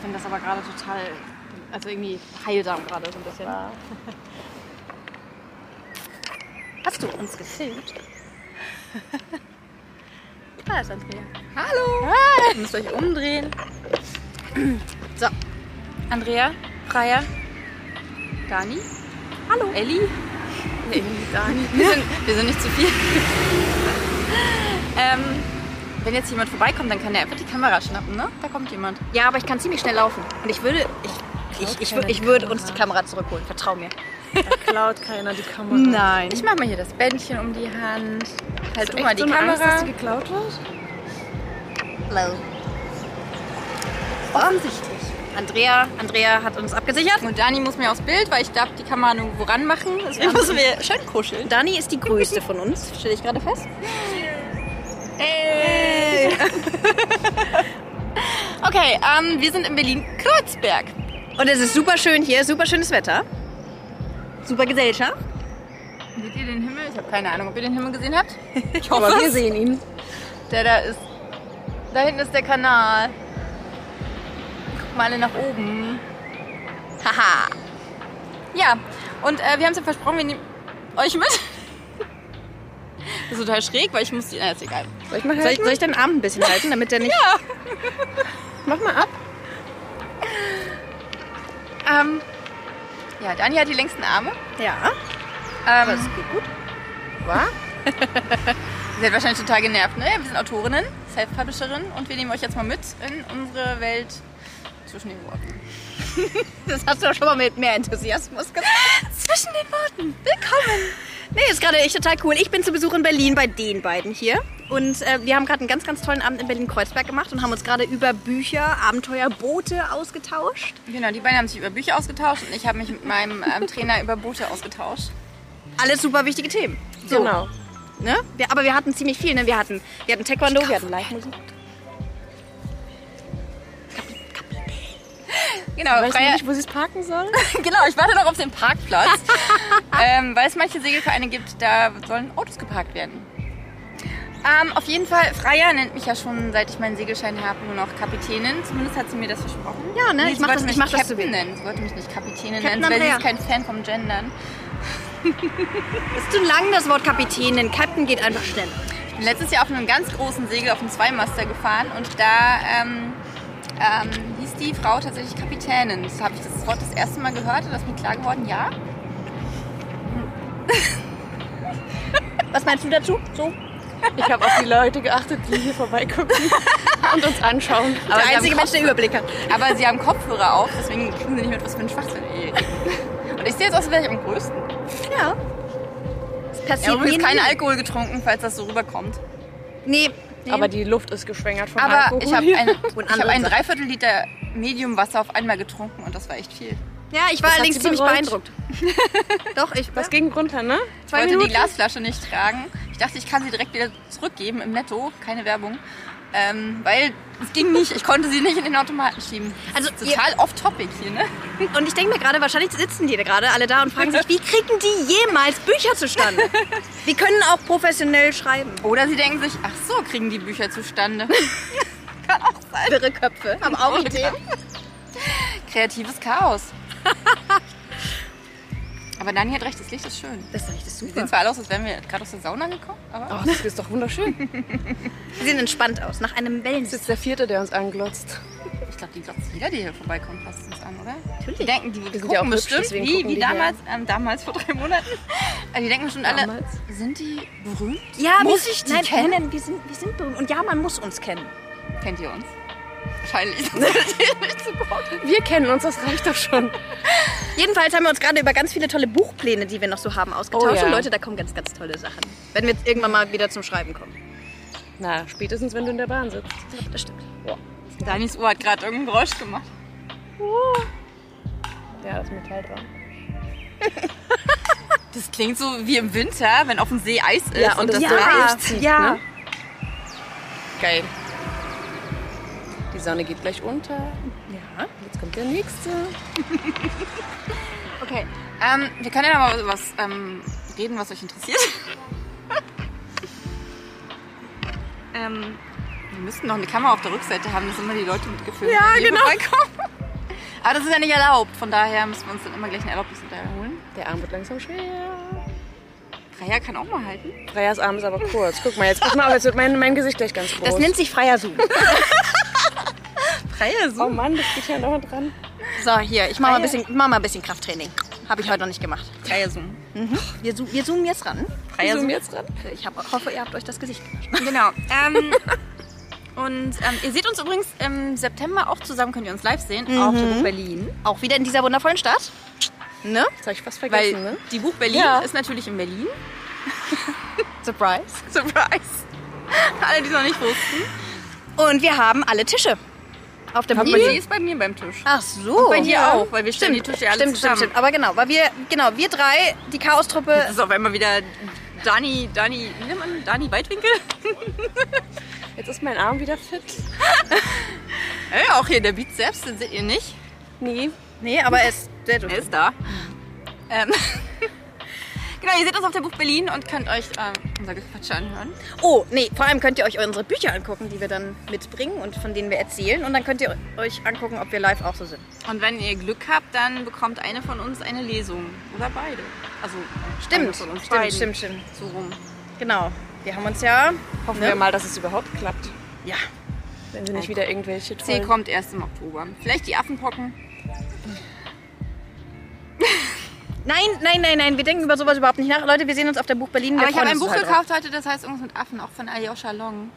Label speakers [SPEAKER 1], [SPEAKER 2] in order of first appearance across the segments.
[SPEAKER 1] finde das aber gerade total, also irgendwie heilsam gerade so ein bisschen. Hast du uns gefilmt?
[SPEAKER 2] Da ist Andrea.
[SPEAKER 1] Hallo!
[SPEAKER 2] Ihr müsst euch umdrehen. So. Andrea, Freya, Dani. Hallo. Elli. Nee, nicht Dani. Wir sind, wir sind nicht zu viel. ähm, wenn jetzt jemand vorbeikommt, dann kann er einfach die Kamera schnappen, ne? Da kommt jemand.
[SPEAKER 1] Ja, aber ich kann ziemlich schnell laufen. Und ich würde, ich, ich, ich, ich, ich würde uns die Kamera zurückholen. Vertrau mir.
[SPEAKER 3] Klaut keiner die Kamera.
[SPEAKER 2] Nein. Ich mache mal hier das Bändchen um die Hand. Halt du mal die Kamera.
[SPEAKER 3] geklaut wird?
[SPEAKER 1] Hello. Offensichtlich. Andrea, Andrea hat uns abgesichert.
[SPEAKER 2] Und Dani muss mir aufs Bild, weil ich darf die Kamera nirgendwo ranmachen. Deswegen müssen wir schön kuscheln.
[SPEAKER 1] Dani ist die größte von uns.
[SPEAKER 2] Stelle ich gerade fest. Okay, ähm, wir sind in Berlin-Kreuzberg.
[SPEAKER 1] Und es ist super schön hier, super schönes Wetter. Super Gesellschaft.
[SPEAKER 2] Seht ihr den Himmel? Ich habe keine Ahnung, ob ihr den Himmel gesehen habt. Ich
[SPEAKER 3] Aber
[SPEAKER 2] hoffe
[SPEAKER 3] wir
[SPEAKER 2] es.
[SPEAKER 3] sehen ihn.
[SPEAKER 2] Der da ist. Da hinten ist der Kanal. Guck mal alle nach oben. Haha. Ja, und äh, wir haben es ja versprochen, wir nehmen euch mit. Das ist total schräg, weil ich muss die. Na, ist egal.
[SPEAKER 3] Soll ich mal
[SPEAKER 1] Soll ich,
[SPEAKER 3] halten?
[SPEAKER 1] soll ich deinen Arm ein bisschen halten, damit der nicht. Ja.
[SPEAKER 3] Mach mal ab.
[SPEAKER 2] Ähm, ja, Dani hat die längsten Arme.
[SPEAKER 1] ja.
[SPEAKER 2] Ähm, das geht gut. War? Ihr seid wahrscheinlich total genervt, ne? Wir sind Autorinnen, Self-Publisherinnen und wir nehmen euch jetzt mal mit in unsere Welt zwischen den Worten.
[SPEAKER 1] Das hast du doch schon mal mit mehr Enthusiasmus gesagt.
[SPEAKER 2] Zwischen den Worten! Willkommen!
[SPEAKER 1] Nee, ist gerade echt total cool. Ich bin zu Besuch in Berlin bei den beiden hier. Und äh, wir haben gerade einen ganz, ganz tollen Abend in Berlin-Kreuzberg gemacht und haben uns gerade über Bücher, Abenteuer, Boote ausgetauscht.
[SPEAKER 2] Genau, die beiden haben sich über Bücher ausgetauscht und ich habe mich mit meinem ähm, Trainer über Boote ausgetauscht.
[SPEAKER 1] Alles super wichtige Themen. So,
[SPEAKER 3] Genau.
[SPEAKER 1] Ne? Wir, aber wir hatten ziemlich viel. Ne? Wir, hatten, wir hatten Taekwondo, wir hatten Live-Musik.
[SPEAKER 2] Genau,
[SPEAKER 3] Weiß
[SPEAKER 2] Freya,
[SPEAKER 3] nicht, wo sie es parken soll?
[SPEAKER 2] genau, ich warte noch auf den Parkplatz, ähm, weil es manche Segelvereine gibt, da sollen Autos geparkt werden. Ähm, auf jeden Fall, Freya nennt mich ja schon, seit ich meinen Segelschein habe, nur noch Kapitänin. Zumindest hat sie mir das versprochen.
[SPEAKER 1] Ja, ne?
[SPEAKER 2] Nee,
[SPEAKER 1] Ich
[SPEAKER 2] sie
[SPEAKER 1] mach
[SPEAKER 2] wollte
[SPEAKER 1] das- ich
[SPEAKER 2] mich
[SPEAKER 1] mach das zu
[SPEAKER 2] Captain
[SPEAKER 1] wenig.
[SPEAKER 2] nennen. Sie wollte mich nicht Kapitänin
[SPEAKER 1] Captain
[SPEAKER 2] nennen, weil sie ist
[SPEAKER 1] Andrea.
[SPEAKER 2] kein Fan vom Gendern.
[SPEAKER 1] Ist zu lang das Wort Kapitän, denn Captain geht einfach schneller.
[SPEAKER 2] Ich bin letztes Jahr auf einem ganz großen Segel, auf einem Zweimaster gefahren und da ähm, ähm, hieß die Frau tatsächlich Kapitänin. Das habe ich das Wort das erste Mal gehört und das ist mir klar geworden, ja.
[SPEAKER 1] Was meinst du dazu? So?
[SPEAKER 3] Ich habe auf die Leute geachtet, die hier vorbeigucken und uns anschauen.
[SPEAKER 2] Aber
[SPEAKER 1] der
[SPEAKER 2] sie
[SPEAKER 1] einzige
[SPEAKER 2] haben
[SPEAKER 1] Mensch, der Überblick hat.
[SPEAKER 2] Aber sie haben Kopfhörer auf, deswegen kriegen sie nicht mit, was für ein Schwachsinn ihr hier reden. Und ich sehe jetzt aus, als wäre ich am größten.
[SPEAKER 1] Ja. Es
[SPEAKER 2] Ich habe
[SPEAKER 1] passiert
[SPEAKER 2] übrigens
[SPEAKER 1] mir
[SPEAKER 2] keinen
[SPEAKER 1] nie.
[SPEAKER 2] Alkohol getrunken, falls das so rüberkommt.
[SPEAKER 1] Nee. nee.
[SPEAKER 3] Aber die Luft ist geschwängert von
[SPEAKER 2] Aber
[SPEAKER 3] Alkohol.
[SPEAKER 2] ich habe ein,
[SPEAKER 1] Und
[SPEAKER 2] ich hab
[SPEAKER 1] andere
[SPEAKER 2] ein
[SPEAKER 1] Sachen.
[SPEAKER 2] Dreiviertel Liter Medium Wasser auf einmal getrunken und das war echt viel.
[SPEAKER 1] ja, ich war
[SPEAKER 3] hat
[SPEAKER 1] allerdings
[SPEAKER 3] sie
[SPEAKER 1] ziemlich
[SPEAKER 3] bereut.
[SPEAKER 1] beeindruckt. Doch, ich.
[SPEAKER 3] Das ging runter, ne?
[SPEAKER 2] Ich wollte die Glasflasche nicht tragen. Ich dachte, ich kann sie direkt wieder zurückgeben im Netto. Keine Werbung. Ähm, weil es ging nicht. Ich konnte sie nicht in den Automaten schieben.
[SPEAKER 1] Also,
[SPEAKER 2] total off-topic hier, ne?
[SPEAKER 1] Und ich denke mir gerade, wahrscheinlich sitzen die da gerade alle da und fragen sich, wie kriegen die jemals Bücher zustande? Die können auch professionell schreiben.
[SPEAKER 2] Oder sie denken sich, ach so, kriegen die Bücher zustande.
[SPEAKER 1] Wirre Köpfe haben auch Ideen.
[SPEAKER 2] Kreatives Chaos. Aber Dani hat recht, das Licht ist schön.
[SPEAKER 1] Das ist doch echt
[SPEAKER 2] Wir sehen
[SPEAKER 1] super.
[SPEAKER 2] zwar alle aus, als wären wir gerade aus der Sauna gekommen, aber
[SPEAKER 3] Oh, das ist doch wunderschön.
[SPEAKER 1] Sie sehen entspannt aus, nach einem
[SPEAKER 3] Das
[SPEAKER 1] Wellness.
[SPEAKER 3] ist der vierte, der uns anglotzt.
[SPEAKER 2] ich glaube, die glotzt jeder, der hier vorbeikommt, passt uns an, oder?
[SPEAKER 1] Natürlich.
[SPEAKER 2] Die denken, die
[SPEAKER 3] sind
[SPEAKER 2] gucken
[SPEAKER 3] ja auch hübsch,
[SPEAKER 2] bestimmt,
[SPEAKER 3] deswegen
[SPEAKER 2] wie,
[SPEAKER 3] gucken
[SPEAKER 2] wie
[SPEAKER 3] die
[SPEAKER 2] damals, ähm, damals vor drei Monaten. Aber die denken schon alle,
[SPEAKER 3] Damals?
[SPEAKER 2] sind die berühmt?
[SPEAKER 1] Ja,
[SPEAKER 2] Muss
[SPEAKER 1] wir,
[SPEAKER 2] ich die
[SPEAKER 1] nein,
[SPEAKER 2] kennen?
[SPEAKER 1] Nein, wir sind, wir sind berühmt. Und ja, man muss uns kennen.
[SPEAKER 2] Kennt ihr uns? Wahrscheinlich. nicht so gut.
[SPEAKER 3] Wir kennen uns, das reicht doch schon.
[SPEAKER 1] Jedenfalls haben wir uns gerade über ganz viele tolle Buchpläne, die wir noch so haben, ausgetauscht.
[SPEAKER 3] Oh ja.
[SPEAKER 1] Und Leute, da kommen ganz, ganz tolle Sachen. Wenn wir jetzt irgendwann mal wieder zum Schreiben kommen.
[SPEAKER 3] Na, spätestens, wenn du in der Bahn sitzt.
[SPEAKER 1] Das stimmt.
[SPEAKER 2] Danis Uhr hat gerade irgendein Geräusch gemacht.
[SPEAKER 3] Ja, das Metall dran.
[SPEAKER 2] Das klingt so wie im Winter, wenn auf dem See Eis ist
[SPEAKER 3] Ja, und
[SPEAKER 2] das
[SPEAKER 3] das
[SPEAKER 2] so
[SPEAKER 3] so
[SPEAKER 2] reicht.
[SPEAKER 3] durchzieht,
[SPEAKER 1] ja.
[SPEAKER 3] ne? Geil. Die Sonne geht gleich unter. Ja. Jetzt kommt der nächste.
[SPEAKER 2] Okay. Ähm, wir können ja mal über was ähm, reden, was euch interessiert. ähm, wir müssten noch eine Kamera auf der Rückseite haben, dass immer die Leute mitgefilmt
[SPEAKER 1] Ja,
[SPEAKER 2] wenn die
[SPEAKER 1] genau.
[SPEAKER 2] vorbeikommen. Aber das ist ja nicht erlaubt. Von daher müssen wir uns dann immer gleich eine Erlaubnis hinterher holen.
[SPEAKER 3] Der Arm wird langsam schwer.
[SPEAKER 2] Dreier kann auch mal halten.
[SPEAKER 3] Freiers Arm ist aber kurz. Guck mal, jetzt pass mal auf, jetzt wird mein, mein Gesicht gleich ganz groß.
[SPEAKER 1] Das nennt sich freier Zoom.
[SPEAKER 2] Dreier so.
[SPEAKER 3] oh Mann, das geht ja noch dran.
[SPEAKER 1] So, hier, ich mache mal, ein bisschen- mach mal ein bisschen Krafttraining. Habe ich heute noch nicht gemacht.
[SPEAKER 2] Dreier Zoom.
[SPEAKER 1] Wir, zo wir zoomen jetzt ran.
[SPEAKER 2] Dreier Zoom.
[SPEAKER 3] also jetzt dran?
[SPEAKER 1] Ich hab, hoffe, ihr habt euch das Gesicht gewaschen.
[SPEAKER 2] Genau. Ähm, und ähm, ihr seht uns übrigens im September auch zusammen, könnt ihr uns live sehen, auf der Buch Berlin.
[SPEAKER 1] Auch wieder in dieser wundervollen Stadt. Ne?
[SPEAKER 3] Das ich fast
[SPEAKER 2] Weil
[SPEAKER 3] vergessen, ne?
[SPEAKER 2] die Buch Berlin
[SPEAKER 3] Ja.
[SPEAKER 2] ist natürlich in Berlin.
[SPEAKER 1] Surprise.
[SPEAKER 2] Surprise. Alle, die es noch nicht wussten.
[SPEAKER 1] Und wir haben alle Tische auf dem
[SPEAKER 2] Aber die ist bei mir beim Tisch.
[SPEAKER 1] Ach so.
[SPEAKER 2] Bei dir auch, weil wir stellen die Tische ja alle
[SPEAKER 1] stimmt,
[SPEAKER 2] zusammen.
[SPEAKER 1] stimmt, stimmt. Aber genau, weil wir, genau, wir drei, die
[SPEAKER 2] Das
[SPEAKER 1] Chaos-Truppe,
[SPEAKER 2] ist auf einmal wieder Dani, Dani, wie nennt man Dani Weitwinkel?
[SPEAKER 3] Jetzt ist mein Arm wieder fit.
[SPEAKER 2] Äh, auch hier der Beat selbst, den seht ihr nicht.
[SPEAKER 3] Nee.
[SPEAKER 1] nee, aber er ist sehr
[SPEAKER 2] Er ist da. Ähm, genau, ihr seht uns auf der Buch Berlin und könnt euch ähm, unser Gequatsch anhören.
[SPEAKER 1] Oh, nee, vor allem könnt ihr euch unsere Bücher angucken, die wir dann mitbringen und von denen wir erzählen. Und dann könnt ihr euch angucken, ob wir live auch so sind.
[SPEAKER 2] Und wenn ihr Glück habt, dann bekommt eine von uns eine Lesung. Oder beide. Also eine
[SPEAKER 1] Stimmt,
[SPEAKER 2] von uns
[SPEAKER 1] stimmt,
[SPEAKER 2] beiden.
[SPEAKER 1] stimmt, stimmt.
[SPEAKER 2] So rum.
[SPEAKER 1] Genau. Wir haben uns ja.
[SPEAKER 3] Hoffen
[SPEAKER 1] Ne?
[SPEAKER 3] wir mal, dass es überhaupt klappt.
[SPEAKER 1] Ja.
[SPEAKER 3] Wenn Oh sie nicht wieder irgendwelche
[SPEAKER 2] C
[SPEAKER 3] tollen...
[SPEAKER 2] kommt erst im Oktober. Vielleicht die Affenpocken.
[SPEAKER 1] Nein, nein, nein, nein. Wir denken über sowas überhaupt nicht nach. Leute, wir sehen uns auf der Buch Berlin. Wir
[SPEAKER 2] Aber ich habe
[SPEAKER 1] freuen
[SPEAKER 2] ein
[SPEAKER 1] uns Halt
[SPEAKER 2] Buch
[SPEAKER 1] total
[SPEAKER 2] gekauft heute, das heißt irgendwas mit Affen, auch von Alyosha Long.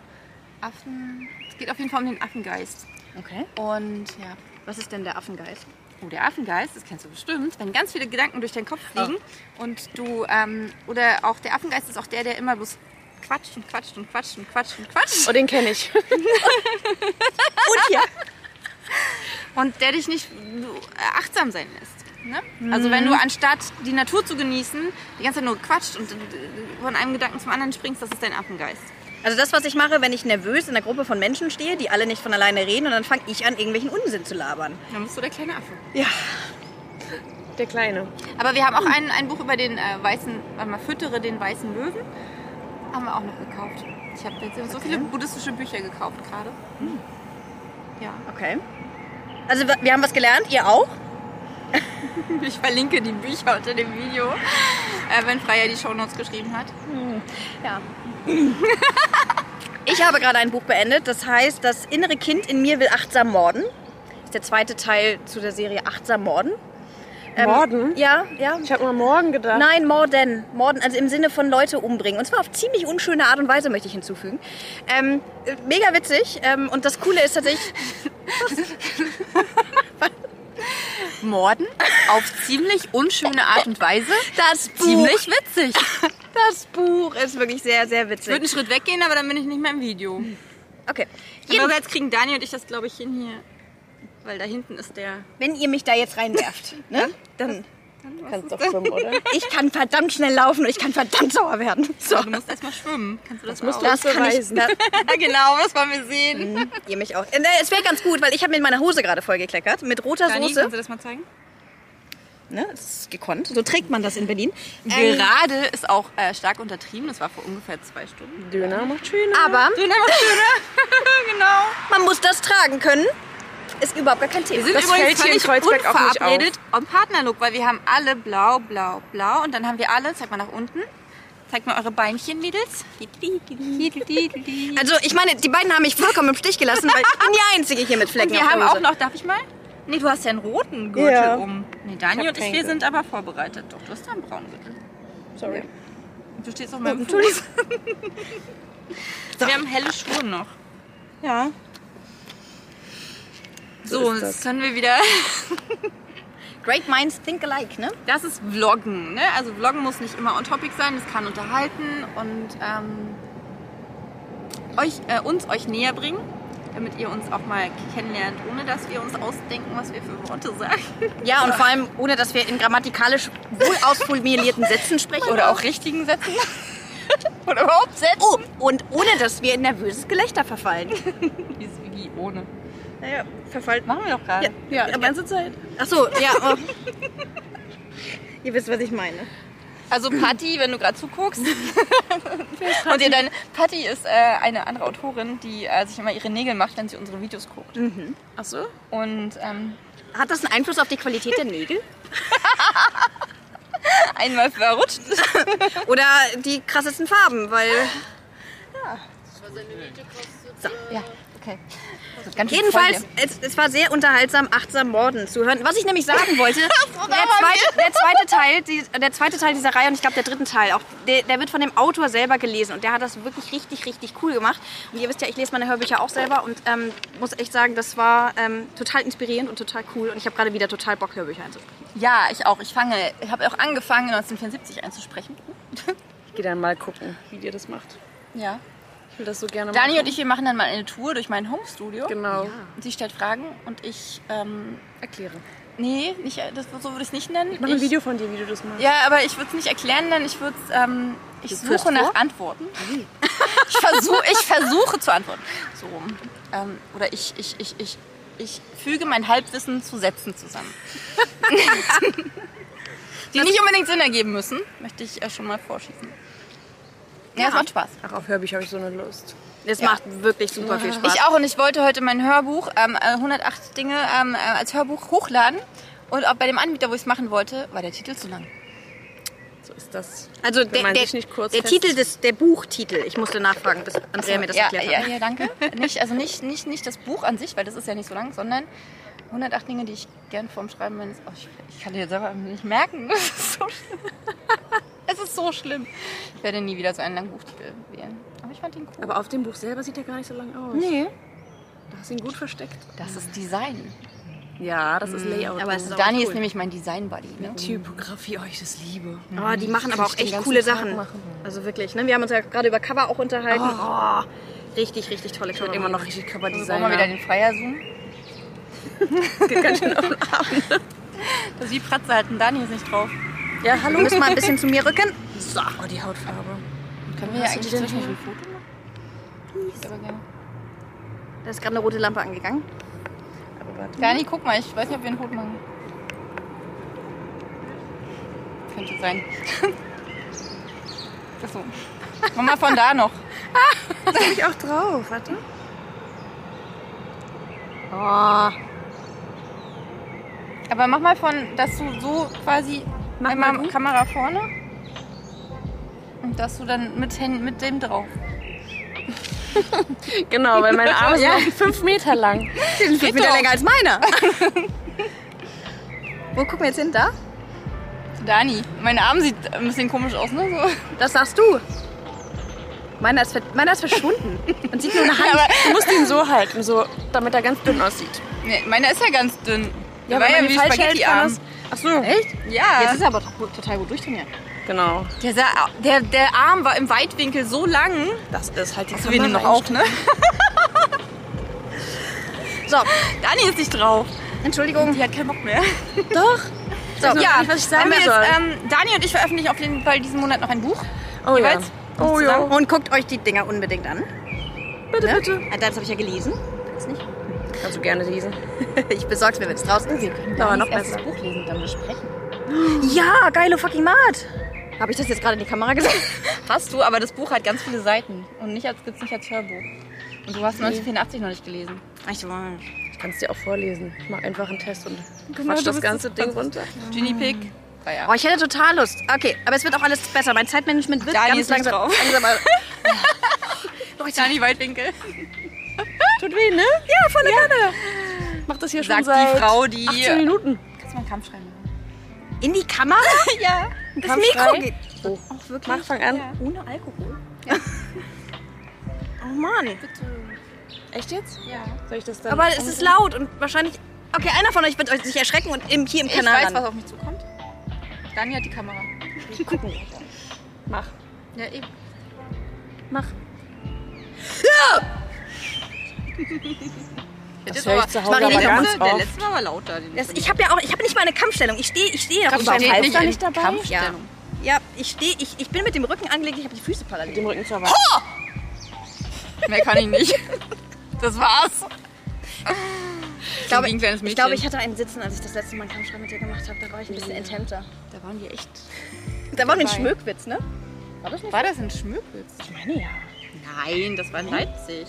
[SPEAKER 2] Affen. Es geht auf jeden Fall um den Affengeist.
[SPEAKER 1] drauf. Okay.
[SPEAKER 2] Und ja.
[SPEAKER 1] Was ist denn der Affengeist?
[SPEAKER 2] Oh, der Affengeist, das kennst du bestimmt. Wenn ganz viele Gedanken durch deinen Kopf fliegen und du, ähm, oder auch der Affengeist ist auch der, der immer bloß quatscht und quatscht und quatscht und quatscht und quatscht.
[SPEAKER 3] Oh, den kenne ich.
[SPEAKER 1] Und ja.
[SPEAKER 2] Und der dich nicht du, äh, achtsam sein lässt. Ne? Also wenn du anstatt die Natur zu genießen, die ganze Zeit nur quatscht und äh, von einem Gedanken zum anderen springst, das ist dein Affengeist.
[SPEAKER 1] Also das, was ich mache, wenn ich nervös in einer Gruppe von Menschen stehe, die alle nicht von alleine reden und dann fange ich an, irgendwelchen Unsinn zu labern.
[SPEAKER 2] Dann bist du der kleine Affe.
[SPEAKER 1] Ja.
[SPEAKER 3] Der Kleine.
[SPEAKER 2] Aber wir haben auch ein, ein Buch über den äh, weißen, warte mal, füttere den weißen Löwen. Haben wir auch noch gekauft. Ich habe jetzt Hm. so viele buddhistische Bücher gekauft gerade. Ja.
[SPEAKER 1] Okay. Also wir haben was gelernt, ihr auch?
[SPEAKER 2] Ich verlinke die Bücher unter dem Video, äh, wenn Freya die Shownotes geschrieben hat.
[SPEAKER 1] Ja. Ich habe gerade ein Buch beendet, das heißt Das innere Kind in mir will achtsam morden. Das ist der zweite Teil zu der Serie Achtsam morden. Ähm,
[SPEAKER 3] Morden?
[SPEAKER 1] Ja, ja.
[SPEAKER 3] Ich habe mal morgen gedacht.
[SPEAKER 1] Nein, morden. Morden, also im Sinne von Leute umbringen. Und zwar auf ziemlich unschöne Art und Weise, möchte ich hinzufügen. Ähm, äh, mega witzig. Ähm, und das Coole ist tatsächlich,
[SPEAKER 2] Morden auf ziemlich unschöne Art und Weise.
[SPEAKER 1] das
[SPEAKER 2] Ziemlich witzig.
[SPEAKER 1] das Buch ist wirklich sehr, sehr
[SPEAKER 2] Ich würde
[SPEAKER 1] witzig.
[SPEAKER 2] einen Schritt weggehen, aber dann bin ich nicht mehr im Video.
[SPEAKER 1] Okay. Jeden,
[SPEAKER 2] Jedenfalls kriegen Dani und ich das, glaube ich, hin hier. Weil da hinten ist der.
[SPEAKER 1] wenn ihr mich da jetzt reinwerft, ne, dann...
[SPEAKER 3] Kannst doch schwimmen, oder?
[SPEAKER 1] Ich kann verdammt schnell laufen und ich kann verdammt sauer werden. So.
[SPEAKER 2] Du musst erstmal schwimmen. Kannst du das,
[SPEAKER 3] musst
[SPEAKER 2] auch?
[SPEAKER 3] du-
[SPEAKER 1] Das kann ich,
[SPEAKER 3] beweisen.
[SPEAKER 1] da,
[SPEAKER 2] genau, das wollen wir sehen.
[SPEAKER 1] ihr mich auch. Äh, ne, Es wäre ganz gut, weil ich habe mir in meiner Hose gerade vollgekleckert mit roter
[SPEAKER 2] Dani, kannst
[SPEAKER 1] Soße.
[SPEAKER 2] du das mal zeigen?
[SPEAKER 1] Ne, das ist gekonnt. So trägt man das in Berlin. Ähm,
[SPEAKER 2] Gerade ist auch äh, stark untertrieben. Das war vor ungefähr zwei Stunden.
[SPEAKER 3] Döner macht schöner.
[SPEAKER 1] aber
[SPEAKER 2] Döner macht Döner. genau.
[SPEAKER 1] man muss das tragen können. Ist überhaupt gar kein Thema.
[SPEAKER 2] Wir sind
[SPEAKER 3] Das
[SPEAKER 2] übrigens
[SPEAKER 3] fällt hier in
[SPEAKER 2] völlig
[SPEAKER 3] Kreuzberg auch nicht
[SPEAKER 2] unverabredet am Partnerlook, weil wir haben alle blau, blau, blau und dann haben wir alle, zeig mal nach unten, zeig mal eure Beinchen, Mädels.
[SPEAKER 1] also ich meine, die beiden haben mich vollkommen im Stich gelassen, weil ich bin die Einzige hier mit Flecken
[SPEAKER 2] Und wir
[SPEAKER 1] auf
[SPEAKER 2] haben
[SPEAKER 1] der
[SPEAKER 2] auch
[SPEAKER 1] Hose.
[SPEAKER 2] noch, darf ich mal? Nee, du hast ja einen roten Gürtel
[SPEAKER 3] Ja.
[SPEAKER 2] um. Nee,
[SPEAKER 3] Ich
[SPEAKER 2] Dani
[SPEAKER 3] hab
[SPEAKER 2] und ich,
[SPEAKER 3] keinen
[SPEAKER 2] wir
[SPEAKER 3] Gürtel.
[SPEAKER 2] sind aber vorbereitet. Doch, du hast ja einen braunen Gürtel.
[SPEAKER 3] Sorry.
[SPEAKER 2] Und Du stehst auf meinem Fuß. wir haben helle Schuhe noch.
[SPEAKER 3] Ja.
[SPEAKER 2] So,
[SPEAKER 3] ist
[SPEAKER 2] jetzt
[SPEAKER 3] das.
[SPEAKER 2] können wir wieder...
[SPEAKER 1] Great minds think alike, ne?
[SPEAKER 2] Das ist Vloggen, ne? Also Vloggen muss nicht immer on topic sein, es kann unterhalten und ähm, euch, äh, uns euch näher bringen, damit ihr uns auch mal kennenlernt, ohne dass wir uns ausdenken, was wir für Worte sagen.
[SPEAKER 1] Ja, und vor allem ohne, dass wir in grammatikalisch wohl ausformulierten Sätzen sprechen.
[SPEAKER 2] Oder auch richtigen Sätzen. Oder überhaupt Sätze.
[SPEAKER 1] Oh, und ohne, dass wir in nervöses Gelächter verfallen.
[SPEAKER 2] Wie, wie ohne.
[SPEAKER 1] Naja, verfallen.
[SPEAKER 2] Machen wir doch gerade.
[SPEAKER 1] Ja,
[SPEAKER 3] Die ganze Zeit.
[SPEAKER 1] Ach so, ja. Oh. Ihr wisst, was ich meine.
[SPEAKER 2] Also Patti, wenn du gerade zuguckst. Und ihr dann, Patti ist äh, eine andere Autorin, die äh, sich immer ihre Nägel macht, wenn sie unsere Videos guckt.
[SPEAKER 3] Ach so?
[SPEAKER 2] Mhm. Und ähm,
[SPEAKER 1] Hat das einen Einfluss auf die Qualität der Nägel?
[SPEAKER 2] einmal verrutscht.
[SPEAKER 1] Oder die krassesten Farben, weil
[SPEAKER 2] ja, okay. Ganz schön
[SPEAKER 1] jedenfalls,
[SPEAKER 2] voll
[SPEAKER 1] es, es war sehr unterhaltsam, achtsam Morden zu hören. Was ich nämlich sagen wollte, der, zweite, der, zweite Teil, die, der zweite Teil dieser Reihe und ich glaube der dritten Teil, auch, der, der wird von dem Autor selber gelesen und der hat das wirklich richtig, richtig cool gemacht. Und ihr wisst ja, ich lese meine Hörbücher auch selber und ähm, muss echt sagen, das war ähm, total inspirierend und total cool und ich habe gerade wieder total Bock, Hörbücher einzusprechen.
[SPEAKER 2] hier. Ja, ich auch. Ich fange, ich habe auch angefangen, 1974 einzusprechen.
[SPEAKER 3] Ich gehe dann mal gucken, wie ihr das macht.
[SPEAKER 2] Ja.
[SPEAKER 3] Ich will das so gerne
[SPEAKER 2] Dani
[SPEAKER 3] machen.
[SPEAKER 2] und ich, wir machen dann mal eine Tour durch mein Homestudio.
[SPEAKER 3] Genau.
[SPEAKER 2] Sie stellt Fragen und ich, ähm,
[SPEAKER 3] Erkläre.
[SPEAKER 2] nee, nicht, das, so würde ich es nicht nennen.
[SPEAKER 3] Ich mache ein Video von dir, wie du das machst.
[SPEAKER 2] Ja, aber ich würde es nicht erklären, denn ich würde es. Ähm, ich
[SPEAKER 3] führst
[SPEAKER 2] suche nach
[SPEAKER 3] vor?
[SPEAKER 2] Antworten. Ich, versuch, ich versuche zu antworten. So rum. Ähm, oder ich, ich, ich, ich, ich füge mein Halbwissen zu Sätzen zusammen. Die nicht unbedingt Sinn ergeben müssen, möchte ich äh, schon mal vorschießen. Ja, es macht Spaß.
[SPEAKER 3] Ach, auf Hörbücher habe ich so eine Lust.
[SPEAKER 1] Es macht wirklich super viel Spaß.
[SPEAKER 2] Ich auch und ich wollte heute mein Hörbuch, ähm, äh, 108 Dinge, ähm, äh, als Hörbuch hochladen. Und auch bei dem Anbieter, wo ich es machen wollte, war der Titel zu lang.
[SPEAKER 3] So ist das.
[SPEAKER 1] Also
[SPEAKER 3] Wenn
[SPEAKER 1] der,
[SPEAKER 3] man
[SPEAKER 1] der,
[SPEAKER 3] sich nicht kurz
[SPEAKER 1] der
[SPEAKER 3] fest-
[SPEAKER 1] Titel des, der Buchtitel. Ich musste nachfragen, bis Andrea mir das
[SPEAKER 2] ja,
[SPEAKER 1] erklärt hat.
[SPEAKER 2] ja, ja, danke. Nicht, also nicht, nicht, nicht das Buch an sich, weil das ist ja nicht so lang, sondern 108 Dinge, die ich gern vorm Schreiben meines... Oh, ich, ich kann die jetzt selber nicht merken. Das ist so schlimm. Es ist so schlimm. Ich werde nie wieder so einen langen Buchtitel wählen. Aber ich fand ihn cool.
[SPEAKER 3] Aber auf dem Buch selber sieht er gar nicht so lang aus.
[SPEAKER 2] nee.
[SPEAKER 3] Da hast du ihn gut versteckt. Mm.
[SPEAKER 2] Das ist Design.
[SPEAKER 3] Ja, das ist Layout.
[SPEAKER 1] Aber es ist auch
[SPEAKER 2] Dani
[SPEAKER 1] cool.
[SPEAKER 2] ist nämlich mein Design-Buddy. Ne?
[SPEAKER 3] Typografie, euch das liebe.
[SPEAKER 1] Oh, die machen aber auch
[SPEAKER 3] ich den
[SPEAKER 1] echt
[SPEAKER 3] ganzen
[SPEAKER 1] coole
[SPEAKER 3] Tag
[SPEAKER 1] Sachen.
[SPEAKER 3] machen.
[SPEAKER 1] Also wirklich, ne? Wir haben uns ja gerade über Cover auch unterhalten. Oh, richtig, richtig tolle Cover.
[SPEAKER 3] Immer noch richtig Coverdesign.
[SPEAKER 2] Wollen wir wieder den Freier zoomen? Das ist wie Pratze halt und Dani ist nicht drauf.
[SPEAKER 3] Ja, hallo.
[SPEAKER 1] Du musst mal ein bisschen zu mir rücken. So.
[SPEAKER 3] Oh, die Hautfarbe.
[SPEAKER 2] Können wir ja
[SPEAKER 3] Hast du
[SPEAKER 2] eigentlich
[SPEAKER 3] die denn
[SPEAKER 2] zwischendurch ein Foto machen? Ich würde aber gerne.
[SPEAKER 1] Da ist gerade eine rote Lampe angegangen.
[SPEAKER 3] Aber warte.
[SPEAKER 2] Dani, guck mal, ich weiß nicht, ob wir einen Hut machen. Könnte sein. Achso. Mach mal von da noch.
[SPEAKER 3] Ah, Bin ich auch drauf, warte.
[SPEAKER 2] Oh. Aber mach mal von, dass du so quasi
[SPEAKER 3] Mach
[SPEAKER 2] einmal
[SPEAKER 3] mal gut.
[SPEAKER 2] Kamera vorne und dass du dann mit, Händen- mit dem drauf.
[SPEAKER 3] Genau, weil meine Arme sind auch fünf Meter lang.
[SPEAKER 1] Die sind fünf Meter
[SPEAKER 2] doch.
[SPEAKER 1] länger als meiner. Wo gucken wir jetzt hin? Da?
[SPEAKER 2] Dani, mein Arm sieht ein bisschen komisch aus, ne? So.
[SPEAKER 1] Das sagst du. Meiner ist, ver meiner ist verschwunden. Man sieht nur eine Hand.
[SPEAKER 2] Aber,
[SPEAKER 3] Du musst ihn so halten, so, damit er ganz dünn aussieht.
[SPEAKER 2] nee, meiner ist ja ganz dünn. Der war
[SPEAKER 3] wenn man
[SPEAKER 2] ja
[SPEAKER 3] ihn
[SPEAKER 2] wie
[SPEAKER 3] falsch hält,
[SPEAKER 2] Spaghetti-Arm.
[SPEAKER 3] kann das- Ach so.
[SPEAKER 1] Echt? Jetzt
[SPEAKER 2] Ja.
[SPEAKER 1] ist er aber doch gut- total gut durchtrainiert.
[SPEAKER 3] Genau.
[SPEAKER 2] Der, sah- der, der Arm war im Weitwinkel so lang.
[SPEAKER 3] Das ist halt die
[SPEAKER 2] So, wir nehmen noch auf, ne?
[SPEAKER 1] So,
[SPEAKER 2] Dani ist nicht drauf.
[SPEAKER 1] Entschuldigung.
[SPEAKER 2] Die hat keinen Bock mehr.
[SPEAKER 3] Doch.
[SPEAKER 1] So,
[SPEAKER 3] noch
[SPEAKER 2] ja,
[SPEAKER 3] nicht, was ich sagen
[SPEAKER 2] wenn wir
[SPEAKER 3] soll.
[SPEAKER 2] Jetzt, ähm, Dani und ich veröffentlichen auf jeden Fall diesen Monat noch ein Buch.
[SPEAKER 3] Oh ja.
[SPEAKER 2] Jeweils.
[SPEAKER 3] Oh ja. Ne?
[SPEAKER 1] Und guckt euch die Dinger unbedingt an.
[SPEAKER 3] Bitte, bitte.
[SPEAKER 1] Ah, Das habe ich ja gelesen. Das nicht.
[SPEAKER 3] Kannst du gerne lesen.
[SPEAKER 1] Ich besorg's mir, wenn es draußen ist.
[SPEAKER 3] Aber noch
[SPEAKER 2] erstes
[SPEAKER 3] besser.
[SPEAKER 2] Buch lesen und dann besprechen.
[SPEAKER 1] Ja, geile fucking Maat. Habe ich das jetzt gerade in die Kamera gesagt?
[SPEAKER 2] Hast du, aber das Buch hat ganz viele Seiten und nicht als, gibt's nicht als Hörbuch. Und du hast 1984 noch nicht gelesen.
[SPEAKER 1] Ich weiß.
[SPEAKER 3] Ich kann es dir auch vorlesen. Ich mach einfach einen Test und
[SPEAKER 2] Genau,
[SPEAKER 3] quatsch
[SPEAKER 2] du
[SPEAKER 3] das
[SPEAKER 2] bist
[SPEAKER 3] ganze
[SPEAKER 2] so
[SPEAKER 3] Ding
[SPEAKER 2] krass.
[SPEAKER 3] runter.
[SPEAKER 2] Genie Pick. Ah, Drei
[SPEAKER 1] Oh,
[SPEAKER 2] Jahre.
[SPEAKER 1] ich hätte total Lust. Okay, aber es wird auch alles besser. Mein Zeitmanagement wird
[SPEAKER 2] Dani
[SPEAKER 1] ganz
[SPEAKER 2] ist nicht
[SPEAKER 1] langsam.
[SPEAKER 2] drauf.
[SPEAKER 1] langsam aber-
[SPEAKER 2] Dani Weitwinkel.
[SPEAKER 3] Tut weh, ne? Ja, volle Kanne. Mach das hier schon
[SPEAKER 2] Sagt
[SPEAKER 3] seit
[SPEAKER 2] die Frau, die.
[SPEAKER 3] 18 Minuten.
[SPEAKER 2] Kannst du mal einen Kampf schreiben?
[SPEAKER 1] in die Kamera?
[SPEAKER 2] Ja.
[SPEAKER 1] Das
[SPEAKER 3] Kampf
[SPEAKER 1] Mikro
[SPEAKER 3] frei?
[SPEAKER 1] geht.
[SPEAKER 3] Oh.
[SPEAKER 1] Ach, wirklich?
[SPEAKER 3] Mach, fang an.
[SPEAKER 2] Ja.
[SPEAKER 1] Ohne Alkohol? oh Mann.
[SPEAKER 2] Bitte.
[SPEAKER 3] Echt jetzt?
[SPEAKER 2] Ja.
[SPEAKER 3] Soll ich das dann?
[SPEAKER 1] Aber es ist laut und wahrscheinlich... Okay, einer von euch wird euch sich erschrecken und im, hier im
[SPEAKER 2] Ich
[SPEAKER 1] Kanal
[SPEAKER 2] weiß, was
[SPEAKER 1] landen.
[SPEAKER 2] auf mich zukommt. Dani hat die Kamera.
[SPEAKER 3] Mach.
[SPEAKER 2] Ja, eben.
[SPEAKER 3] Mach.
[SPEAKER 2] Das,
[SPEAKER 3] höre ich zu Hause
[SPEAKER 2] war
[SPEAKER 1] aber
[SPEAKER 3] ganz
[SPEAKER 2] Der
[SPEAKER 3] oft.
[SPEAKER 2] letzte Mal war lauter. Den
[SPEAKER 1] Das, ich habe ja auch... Ich habe nicht mal eine Kampfstellung. Ich stehe ich steh ja auch
[SPEAKER 2] Kampfstellung
[SPEAKER 1] überhaupt
[SPEAKER 2] steht nicht in
[SPEAKER 1] Ja.
[SPEAKER 2] Kampfstellung.
[SPEAKER 1] ja, ich stehe... Ich, ich bin mit dem Rücken angelegt. Ich habe die Füße parallel.
[SPEAKER 3] Dem Rücken zur
[SPEAKER 1] Halt!
[SPEAKER 3] Wand.
[SPEAKER 2] Mehr kann ich nicht. Das war's. Ich glaube, ein kleines Mädchen.
[SPEAKER 1] Ich glaube, ich hatte einen Sitzen, als ich das letzte Mal einen Kampfschrei mit dir gemacht habe. Da war ich ein bisschen enthemmter.
[SPEAKER 2] da waren die echt
[SPEAKER 1] Da war ein
[SPEAKER 3] dabei.
[SPEAKER 1] Schmöckwitz, ne? War das nicht?
[SPEAKER 3] War das ein Schmöckwitz?
[SPEAKER 1] Ich meine ja.
[SPEAKER 2] Nein, das war in Leipzig.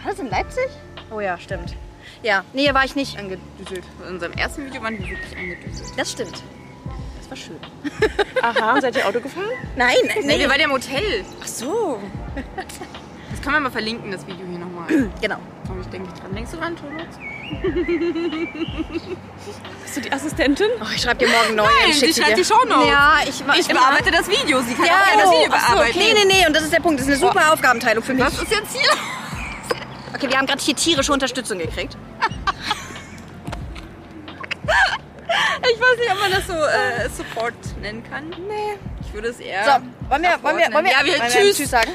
[SPEAKER 1] War das in Leipzig? Oh ja, stimmt. Ja, nee, hier war ich nicht angedüdelt.
[SPEAKER 2] In unserem ersten Video waren wir wirklich angedüsselt.
[SPEAKER 1] Das stimmt.
[SPEAKER 2] Das war schön.
[SPEAKER 3] Aha, und seid ihr Auto gefahren?
[SPEAKER 1] Nein,
[SPEAKER 2] Nee,
[SPEAKER 1] nee.
[SPEAKER 2] wir waren ja im Hotel.
[SPEAKER 1] Ach so.
[SPEAKER 2] Das können wir mal verlinken, das Video hier nochmal.
[SPEAKER 1] Genau.
[SPEAKER 2] Komm, ich denke ich dran. Denkst du dran, Thomas?
[SPEAKER 3] Bist du die Assistentin?
[SPEAKER 1] Oh, ich schreibe dir morgen neu.
[SPEAKER 2] Nein,
[SPEAKER 1] und schick
[SPEAKER 2] die
[SPEAKER 1] sie
[SPEAKER 2] schreibt
[SPEAKER 1] dir.
[SPEAKER 2] die Shownotes.
[SPEAKER 1] Ja, ich, ma-
[SPEAKER 2] Ich
[SPEAKER 1] immer.
[SPEAKER 2] bearbeite das Video. Sie kann
[SPEAKER 1] Ja,
[SPEAKER 2] auch gerne das Video
[SPEAKER 1] oh, ach so,
[SPEAKER 2] bearbeiten.
[SPEAKER 1] okay, nee, nee, und das ist der Punkt. Das ist eine super Aufgabenteilung für mich.
[SPEAKER 2] Was ist jetzt hier?
[SPEAKER 1] Okay, wir haben gerade hier tierische Unterstützung gekriegt.
[SPEAKER 2] Ich weiß nicht, ob man das so äh, Support nennen kann. Nee. Ich würde es eher.
[SPEAKER 1] So, wollen wir, wollen wir, wollen wir,
[SPEAKER 2] Ja, wir-
[SPEAKER 1] wollen
[SPEAKER 2] tschüss.
[SPEAKER 1] tschüss sagen?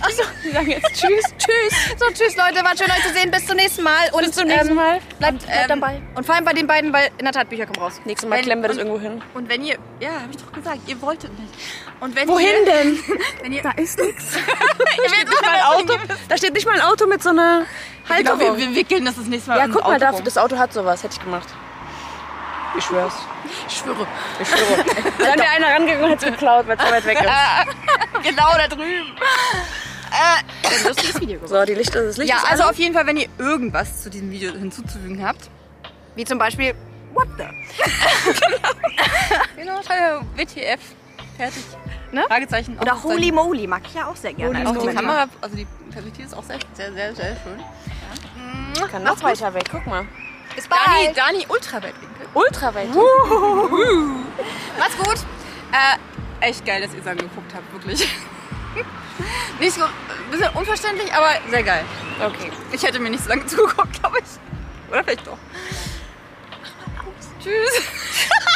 [SPEAKER 1] Achso, wir sagen jetzt Tschüss. tschüss. So, tschüss, Leute. War schön, euch zu sehen. Bis zum nächsten Mal. Und, Bis zum
[SPEAKER 3] nächsten Mal.
[SPEAKER 1] Bleibt, bleibt
[SPEAKER 2] ähm,
[SPEAKER 1] dabei. Und vor allem bei den beiden, weil in der Tat Bücher kommen raus.
[SPEAKER 3] Nächstes Mal
[SPEAKER 2] Wenn-
[SPEAKER 3] klemmen wir das
[SPEAKER 1] Ähm,
[SPEAKER 2] und-
[SPEAKER 3] irgendwo hin.
[SPEAKER 2] Und wenn ihr. Ja, habe ich doch gesagt, ihr wolltet nicht. Und wenn
[SPEAKER 3] Wohin
[SPEAKER 2] ihr,
[SPEAKER 3] denn?
[SPEAKER 2] Wenn ihr,
[SPEAKER 3] Da ist nichts.
[SPEAKER 2] ihr werdet
[SPEAKER 3] Nicht mal ein Auto. Da steht nicht mal ein Auto mit so einer
[SPEAKER 2] Genau, wir,
[SPEAKER 3] Halterung.
[SPEAKER 2] wir wickeln das das nächste Mal.
[SPEAKER 3] ja,
[SPEAKER 2] ins
[SPEAKER 3] guck mal,
[SPEAKER 2] Auto
[SPEAKER 3] da,
[SPEAKER 2] rum.
[SPEAKER 3] das Auto hat sowas. Hätte ich gemacht. Ich schwör's.
[SPEAKER 2] Ich schwöre.
[SPEAKER 3] Ich schwöre. Dann wäre einer rangegangen und hätte es geklaut, weil es so weit weg ist.
[SPEAKER 2] Genau da drüben. Äh, ein lustiges Video
[SPEAKER 3] So, die Lichter, das Licht
[SPEAKER 2] Ja,
[SPEAKER 3] ist
[SPEAKER 2] also
[SPEAKER 3] an.
[SPEAKER 2] auf jeden Fall, wenn ihr irgendwas zu diesem Video hinzuzufügen habt,
[SPEAKER 1] Wie zum Beispiel, what the?
[SPEAKER 2] Genau, schreibe WTF. Fertig.
[SPEAKER 1] Ne?
[SPEAKER 2] Fragezeichen.
[SPEAKER 1] Oder
[SPEAKER 2] Ausrufezeichen.
[SPEAKER 1] Holy Moly mag ich ja auch sehr gerne.
[SPEAKER 3] Holy
[SPEAKER 1] als
[SPEAKER 2] Auch die
[SPEAKER 1] Kommentar.
[SPEAKER 2] Kamera, also die Perspektive ist auch sehr, sehr, sehr, sehr schön.
[SPEAKER 3] kann noch weiter weg. Guck mal.
[SPEAKER 1] Bis
[SPEAKER 2] Dani,
[SPEAKER 1] bald.
[SPEAKER 2] Dani Ultraweitwinkel.
[SPEAKER 3] Ultra weit.
[SPEAKER 2] Macht's gut. Äh, echt geil, dass ihr es angeguckt habt, wirklich. Nicht so, ein bisschen unverständlich, aber sehr geil.
[SPEAKER 3] Okay.
[SPEAKER 2] Ich hätte mir nicht so lange zugeguckt, glaube ich. Oder vielleicht doch. Mach mal aus. Tschüss.